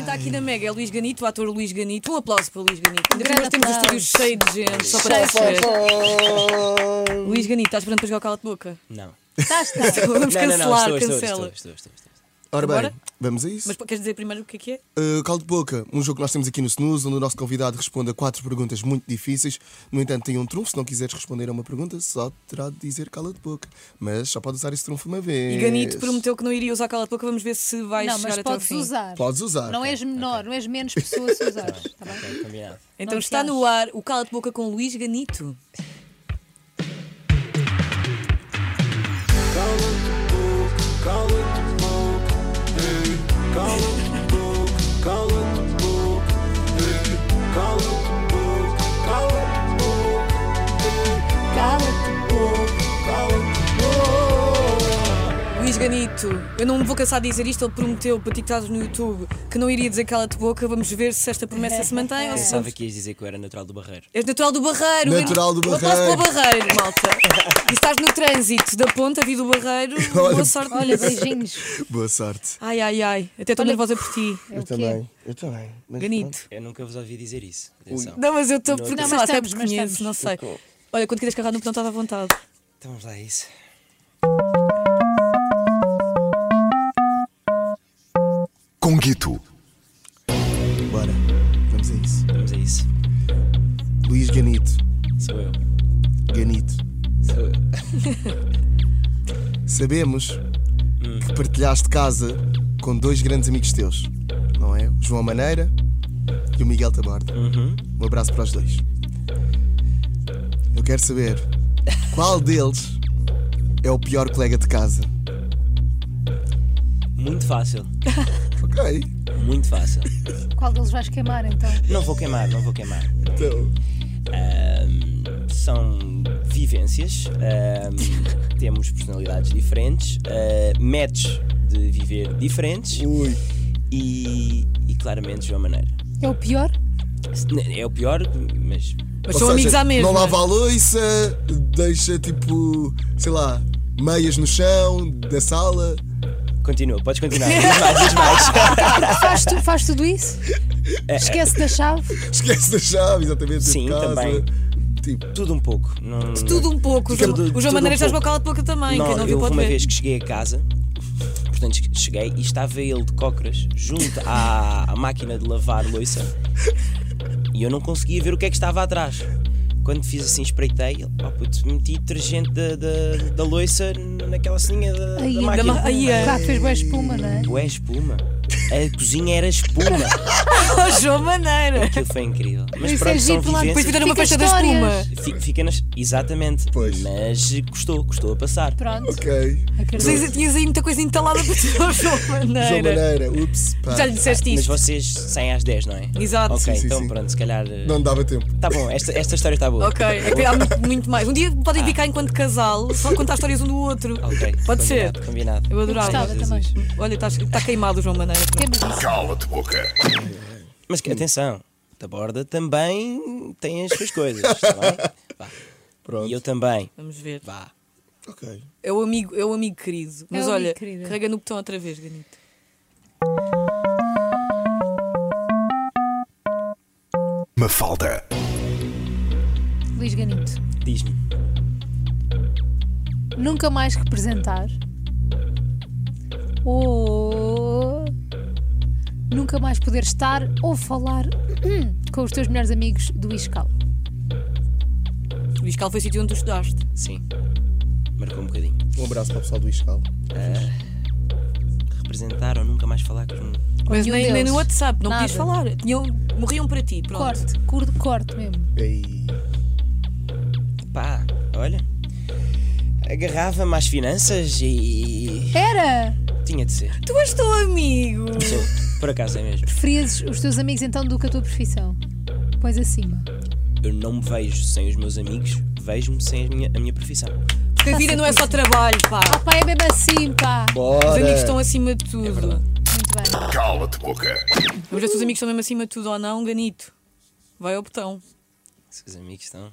está aqui na Mega é Luís Ganito, o ator Luís Ganito. Um aplauso para o Luís Ganito. Ainda por grande nós temos os aplauso. estúdios cheios de gente, só para dizer. Luís Ganito, estás pronto para jogar o cala de boca? Não. Estás, estás. Vamos não, não, não, cancelar, estou, estou, cancela. estou, estou, estou, estou. Ora bem, Bora? vamos a isso. Mas queres dizer primeiro o que é que é? Uh, Caldo de Boca, um jogo que nós temos aqui no Snooze, onde o nosso convidado responde a quatro perguntas muito difíceis. No entanto, tem um trunfo. Se não quiseres responder a uma pergunta, só terá de dizer cala de boca. Mas só pode usar esse trunfo uma vez. E Ganito prometeu que não iria usar cala de boca, vamos ver se vais Não, chegar mas até ao podes fim. usar. Podes usar. Não ok. é- és menor, não és menos pessoa se usares. Tá bem? Ok, É combinado. Então Não te está no ar o cala de boca com Luís Ganito. Luís Ganito, eu não me vou cansar de dizer isto, ele prometeu para ti que estás no YouTube que não iria dizer cala de boca. Vamos ver se esta promessa se mantém ou se Pensava vamos... que ias dizer que eu era natural do Barreiro. És É natural do Barreiro. Natural do Um aplauso para o Barreiro. Barreiro, malta. E estás no trânsito da ponta, vi do Barreiro. Boa Olha- sorte. Olha, beijinhos. Boa sorte. Ai, ai, ai. Até estou Olha- nervosa por ti. É o quê? Eu também. Mas Ganito. Eu nunca vos ouvi dizer isso. Atenção. Não, mas eu estou porque Não, sei mas lá, até estamos, porque mas conheço, não sei. Olha, quando quiseres carregar no botão, estás à vontade. Então vamos lá a isso. Conguito. pronto. Bora. Vamos a isso. Vamos a isso. Luís Ganito. Sou eu. Ganito. Sou eu. Sabemos que partilhaste casa com dois grandes amigos teus, não é? O João Maneira e o Miguel Taborda. Um abraço para os dois. Eu quero saber qual deles é o pior colega de casa. Muito fácil. Ok. Muito fácil. Qual deles vais queimar então? Não vou queimar, não vou queimar. Então. Ahm, são vivências, ahm, temos personalidades diferentes, ah, métodos de viver diferentes Ui. e, e claramente João Maneira. É o pior? É o pior, mas Mas Ou são seja, amigos à mesma. Não lava a louça, deixa tipo, sei lá, meias no chão da sala. continua, podes continuar. Diz mais, diz mais. Faz, tu, faz tudo isso? Esquece da chave? Esquece da chave, exatamente. dentro Sim, de casa. também. Tipo, Tudo um pouco. Não, Tudo um pouco. O João- Tudo- o João tudo Maneira um estás com pouco. cala de boca também. Não, Quem não viu eu pode uma ver. vez que cheguei a casa, portanto cheguei e estava ele de cócoras junto à, à máquina de lavar louça e eu não conseguia ver o que é que estava atrás. Quando fiz assim, espreitei, ele, oh, puto, meti detergente da, da, da louça naquela sininha da, da Ai, máquina. ma- ai, ai. é. Claro, fez boa espuma, não é? Ué, espuma. A cozinha era espuma. Oh, João Maneira. Aquilo foi incrível. Mas Isso é pronto, são giro, por lá Depois vivências. fizeram uma Fica festa da histórias. espuma. Fi- Fica nas... Exatamente. Pois. Mas custou, custou a passar. Pronto. ok. Acredito. Tinhas tinhas aí muita coisa entalada para ti, ó, João João Maneira. Maneira, ups, pá. Já lhe disseste Mas isto. vocês saem às 10, não é? Exato. Ok, Sim, sim, então sim. pronto, se calhar. eh, Não dava tempo. Tá bom, esta, esta história está boa. Ok, é que há muito, muito mais. Um dia podem vir cá enquanto casal, só contar histórias um do outro. Ok, Pode ser. combinado, Combinado. Eu adorava. Gostava também. Olha, está queimado o João Maneira. Temos isso. Cala-te boca. Mas Hum. que- atenção, da borda também tem as suas coisas, está bem? Vá. Pronto. E eu também. Vamos ver. Vá. Ok. É o amigo, é o amigo querido. Mas o amigo olha, querido. carrega no botão outra vez, Ganito. Mafalda. Luís Ganito. Diz-me. Nunca mais representar. Ou Oh, nunca mais poder estar ou falar com os teus melhores amigos do Iscal. O Iscal foi o sítio onde tu estudaste. Sim. Marcou um bocadinho. Um abraço para o pessoal do Iscal. Representar ou nunca mais falar com. um Mas nenhum nem, nem deles. no WhatsApp, não Nada. podias falar. Tinham, morriam para ti, pronto. Corte, curto, corte mesmo. Ei. Pá, olha. Agarrava mais finanças e. Era! Tinha de ser. Tu és teu amigo. Sim, por acaso é mesmo. Preferias os teus amigos então do que a tua profissão? Pois acima. Eu não me vejo sem os meus amigos, vejo-me sem a minha, a minha profissão. Porque a vida não é só trabalho, Ah, pá. pá, é mesmo assim, pá! Os Bora. amigos estão acima é de tudo. Muito bem. Cala-te boca. Vamos ver se os amigos estão mesmo acima de tudo ou não, Ganito. Vai ao botão. Se os amigos estão.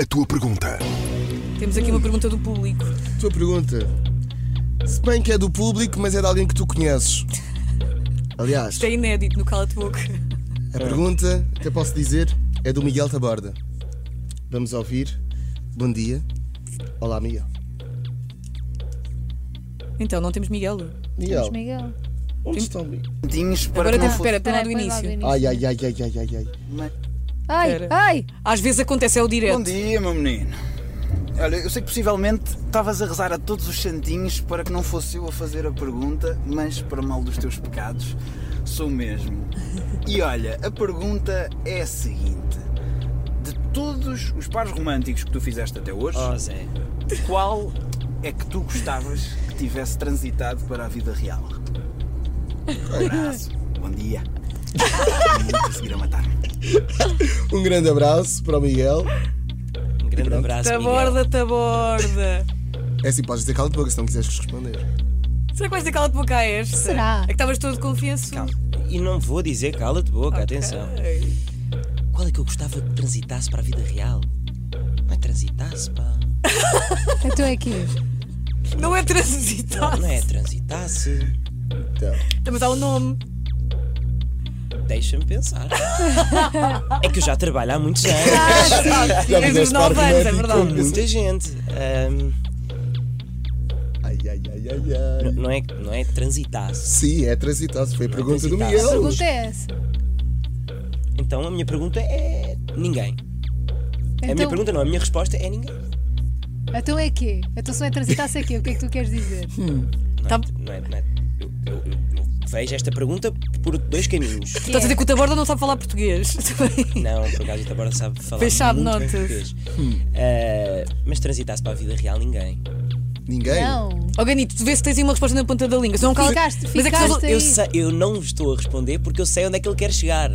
A tua pergunta. Temos aqui uma pergunta do público. Tua pergunta. Se bem que é do público, mas é de alguém que tu conheces. Aliás, Isto é inédito no Cala de Boca. a pergunta, até posso dizer, é do Miguel Taborda. Vamos ouvir. Bom dia. Olá, Miguel. Então, não temos Miguel. Mas Miguel, Miguel. onde está o Miguel? Dinhos para Agora que tem não que fosse... espera, pela do põe lá início. Ai, ai, ai, ai, ai, ai, ai. Ai, Espera. ai! Às vezes acontece, é o Bom direto. dia, meu menino. Olha, eu sei que possivelmente estavas a rezar a todos os santinhos para que não fosse eu a fazer a pergunta, mas para mal dos teus pecados, sou mesmo. E olha, a pergunta é a seguinte: de todos os pares românticos que tu fizeste até hoje, Oh, Zé. qual é que tu gostavas que tivesse transitado para a vida real? Um abraço, bom dia. Muito a seguir a matar. Um grande abraço para o Miguel. Um grande abraço, Tá Miguel. Taborda, taborda. É assim, podes dizer cala-te boca se não quiseres responder. Será que vais ter Cala de Boca a esta? Será? É que estavas todo confianço. E não vou dizer cala-te boca, atenção. Qual é que eu gostava que transitasse para a vida real? Não é transitasse, pá. Então é aqui. Não é transitado. Não é transitasse. Então, Mas há um nome. Deixa-me pensar. é que eu já trabalho há muitos anos. já Desde Ah, os fizeste nove parte anos, é médico. com verdade. muita gente. Ahm, Ai, ai, ai, ai, não, ai. não é, não é transitasse. Sim, é transitado. Foi a Não é pergunta do transitado. Miguel. A pergunta é essa. Então a minha pergunta é ninguém. A minha Então, pergunta não, a minha resposta é ninguém. então é quê? Então se não é transitasse é quê? O que é que tu queres dizer? Não, Tá- é- não é, não é- eu, eu- eu- eu vejo esta pergunta por dois caminhos. Estás a dizer que o Taborda não sabe falar português. Não, por acaso até agora sabe falar Pois sabe, muito bem nota-se. português. Ah, mas transitasse para a vida real ninguém. Ninguém? Não. Ó Ganito, tu vês se tens aí uma resposta na ponta da língua. Se não cala... Ficaste- Mas é que, ficaste- se- Eu, aí. sei- eu não estou a responder porque eu sei onde é que ele quer chegar.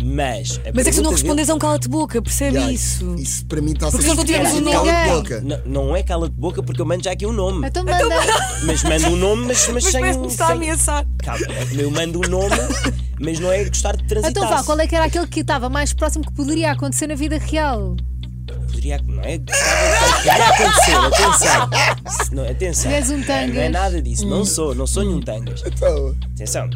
Mas. a mas é que se não pergunta dele- respondes a um cala-te-boca, percebe Ai, isso? Isso para mim está a ser. Porque nós não tivemos explícito. um Cala-te ninguém. boca. Não, não é cala de boca porque eu mando já aqui um nome. Então manda. Mas mando um nome, mas, mas, Mas sem. um parece que me está a sem- ameaçar. Calma, eu mando um nome, mas não é gostar de transitar. Então vá, qual é que era aquele que estava mais próximo que poderia acontecer na vida real? Poderia, não é? Gostava de era acontecer, atenção. Se Não, atenção. Tu és um tangas. Não é nada disso, Hum. não sou, não sou nenhum tangas. Então, Atenção,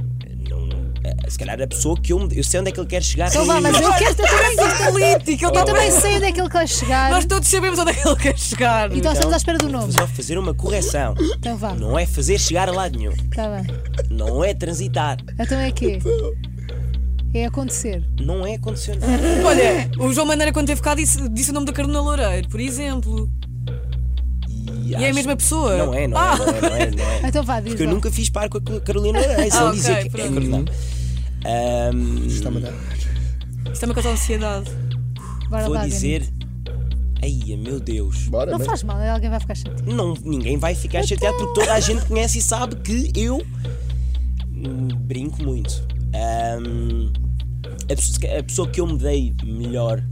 não- eh, se calhar a pessoa que eu, eu sei onde é que ele quer chegar. Então vá, mas eu quero eu também, é Político, ele eu também. também sei onde é que ele quer chegar. então- Nós todos sabemos onde é que ele quer chegar. E nós estamos à espera do Vou nome. Só fazer uma correção. Então vá, Não é fazer chegar a lado nenhum. está bem. Não é transitar. Então é quê? É acontecer. Não é acontecer nada. É. Olha, o João Maneira, quando teve cá, disse, disse o nome da Carolina Loureiro, por exemplo. E, é a acho- mesma pessoa? Ah! Não é, não é, não é, não é, não é. Então vá, diz Porque eu lá. nunca fiz par com a Carolina Aranha, Ah, só ok, dizer que é pronto. Uhum. Carolina. Ahm, está-me a dar. Isto é uma coisa de ansiedade. Bora vou lá, Dani. dizer. Ai, meu Deus. Bora, Não mas- faz mal, alguém vai ficar chateado. Não, ninguém vai Então. ficar chateado porque toda a gente conhece e sabe que eu hum, brinco muito. Ahm, a, pessoa, que- a pessoa que eu me dei melhor,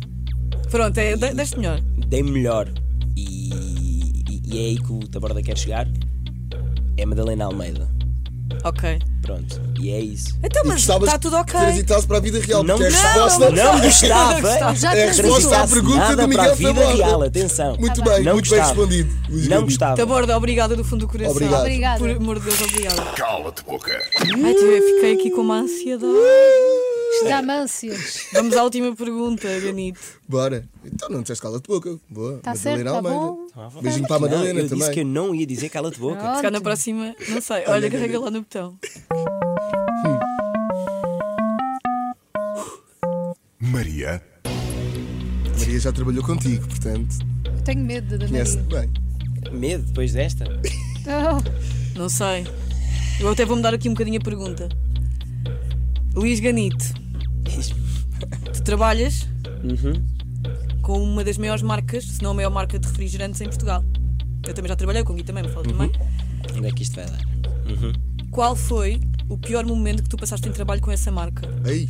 Pronto, é, de- deste melhor. dei melhor e, e- e é aí que o Taborda quer chegar, é a Madalena Almeida. Ok. Pronto, e é isso. Então, E mas gostavas está tudo ok. que transitasse para a vida real. Não, porque a gostava, resposta- não gostava. gostava. Já É a transitou. resposta à pergunta Nada do para a Miguel vida Taborda. real, atenção. Tá Muito bem, Não muito gostava. bem respondido. Luís Não Gabi. Da gostava. Tá borda, obrigada do fundo do coração. Obrigado. Obrigada. Por amor de Deus, obrigada. Cala-te boca. Ai, eu fiquei aqui com uma ansiedade. Isto é- dá-me ânsias. Vamos à última pergunta, Ganito. Bora. Então não disseste cala-te boca. Boa. Está certo, Madalena está bom. Almeida. Beijinho para a Não, Madalena eu também. disse que eu não ia dizer cala-te boca. Se cá na Ótimo. próxima, não sei. Olha, carrega lá no botão. Maria, Maria já trabalhou contigo, portanto, Tenho medo da Maria. conhece-te bem. Medo depois desta? Oh, Não sei. Eu até vou mudar aqui um bocadinho a pergunta. Luís Ganito, tu trabalhas Uhum. com uma das maiores marcas, se não a maior marca de refrigerantes em Portugal. Eu também já trabalhei com o Gui também, me fala Uhum. também. Onde é que isto vai dar? Qual foi o pior momento que tu passaste em trabalho com essa marca? Ei!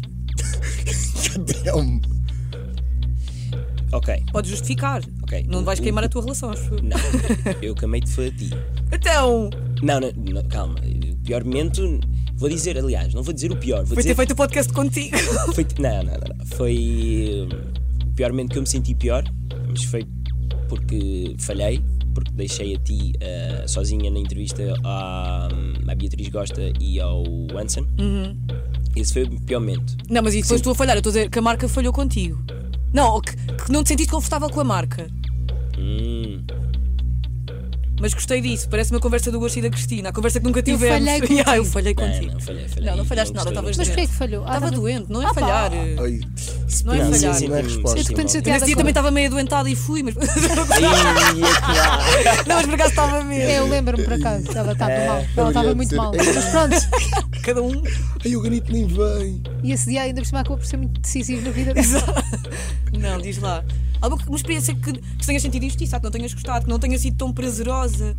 Cadê-me? Ok, Podes justificar. Ok. Não vais O- queimar a tua relação, acho eu. não. Eu camei-te foi a ti. Então, Não, não, não, calma. O pior momento. Vou dizer, aliás, não vou dizer o pior. Vou foi ter dizer. feito o podcast contigo. foi- não, não, não, hum, não. Foi. eh, O pior momento que eu me senti pior, mas foi porque falhei. porque deixei a ti eh, sozinha na entrevista à, hum, à Beatriz Gosta e ao Anson. Uhum. Esse foi o pior momento. Não, mas isso foste tu a falhar. Eu estou a dizer que a marca falhou contigo. Não, ou que, que não te sentiste confortável com a marca. Hum. Mas gostei disso. Parece uma conversa do Gosto e da Cristina. A conversa que nunca Eu tivemos. falhei contigo. Yeah, eu falhei Não, contigo. É, não, falhei, falhei. Não, não falhaste nada, gostei estavas muito. Mas porquê que falhou? Ah, Estava não- doente, não é Ah, pá. falhar. Ai, Não é Não, falhar. sim, Não é senti-me- resposta. Eu de tanto senti-me Eu chateada nesse dia com também ele. estava meio adoentada e fui, mas. é não, mal. Ih, é que lá. mas por acaso estava mesmo. É, Eu lembro-me por acaso, estava estava É, mal. eu Ela estava ia muito dizer- mal. Mas pronto, Cada um. ai, o ganito nem vem. e esse dia ainda por cima acabou por ser muito decisivo na vida dela. Não, diz lá. Alguma uma experiência que, que tenhas sentido injustiça, que não tenhas gostado, que não tenha sido tão prazerosa.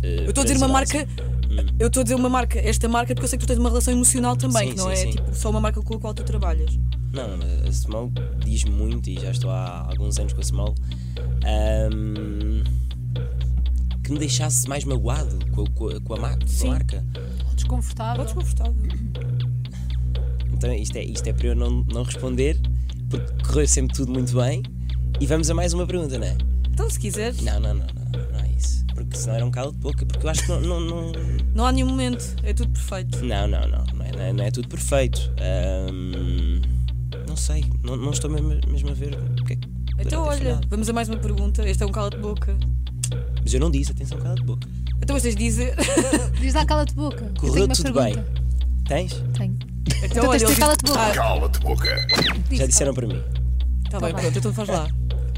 Eh, Eu estou a dizer uma parece marca. Eu estou a dizer uma marca, esta marca, porque eu sei que tu tens uma relação emocional também, Hum. Sim, que não sim, é sim. tipo só uma marca com a qual tu trabalhas. Não, a Small diz muito e já estou há alguns anos com a Small. ahm, que me deixasse mais magoado com, a- com a- com a, ma- com a Sim. marca. Estou Desconfortável. desconfortável. Então isto é, isto é para eu não, não responder, porque correu sempre tudo muito bem. E vamos a mais uma pergunta, não é? Então, se quiseres, Não, não, não, não, não é isso. Porque senão era um calo de boca, porque eu acho que não- não- não, não há nenhum momento, é tudo perfeito. Não, não, não. Não é, não é- não é tudo perfeito. Ahm, não sei. Não, não estou mesmo, mesmo a ver. o que é que poderá Então, ter olha, falhado. vamos a mais uma pergunta. Este é um cala de boca. Mas eu não disse, atenção, cala de boca. Então, mas tens de dizer. Diz lá, cala-te boca. Eu Correu tenho uma tudo pergunta. Tens? Tenho. Então, tens de olha, dizer ele cala-te boca. Ah, Cala-te boca. Diz, Já disseram para mim. tá bem, bem. pronto, então faz lá.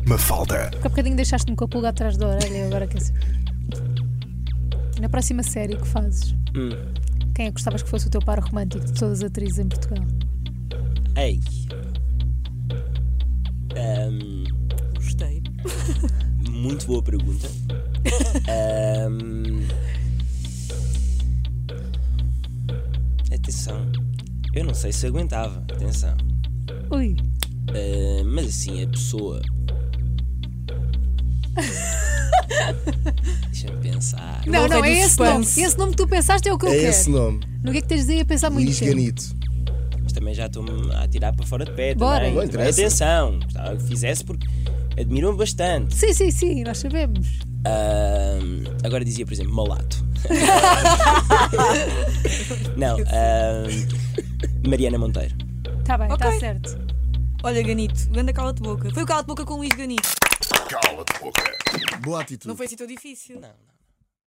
Mafalda. Porque há bocadinho deixaste-me com a pulga atrás da orelha e agora quer saber. Na próxima série que fazes, Hum. quem é que gostavas que fosse o teu par romântico de todas as atrizes em Portugal? Ei. Ahm, Gostei. muito boa pergunta. Ahm, atenção. Eu não sei se aguentava. Atenção. Ui, Ah, mas assim, a pessoa. Deixa-me pensar. não, Não, não, rei é do esse nome. suspense. Esse nome que tu pensaste é o que eu É quero. esse nome. No que é que tens de dizer a pensar muito Luís tempo? Ganito. Mas também já estou-me a tirar para fora de pé. Bora. Também. Não Também interessa. atenção. Gostava que fizesse porque admiram-me bastante. Sim, sim, sim, nós sabemos. Ah, agora dizia, por exemplo, malato. não. ah, Mariana Monteiro. Está Tá bem, está Ok. certo. Olha, Ganito, ganda cala de boca. Foi o cala de boca com o Luís Ganito. Cala-te boca. Boa atitude. Não foi assim tão difícil. Não, não.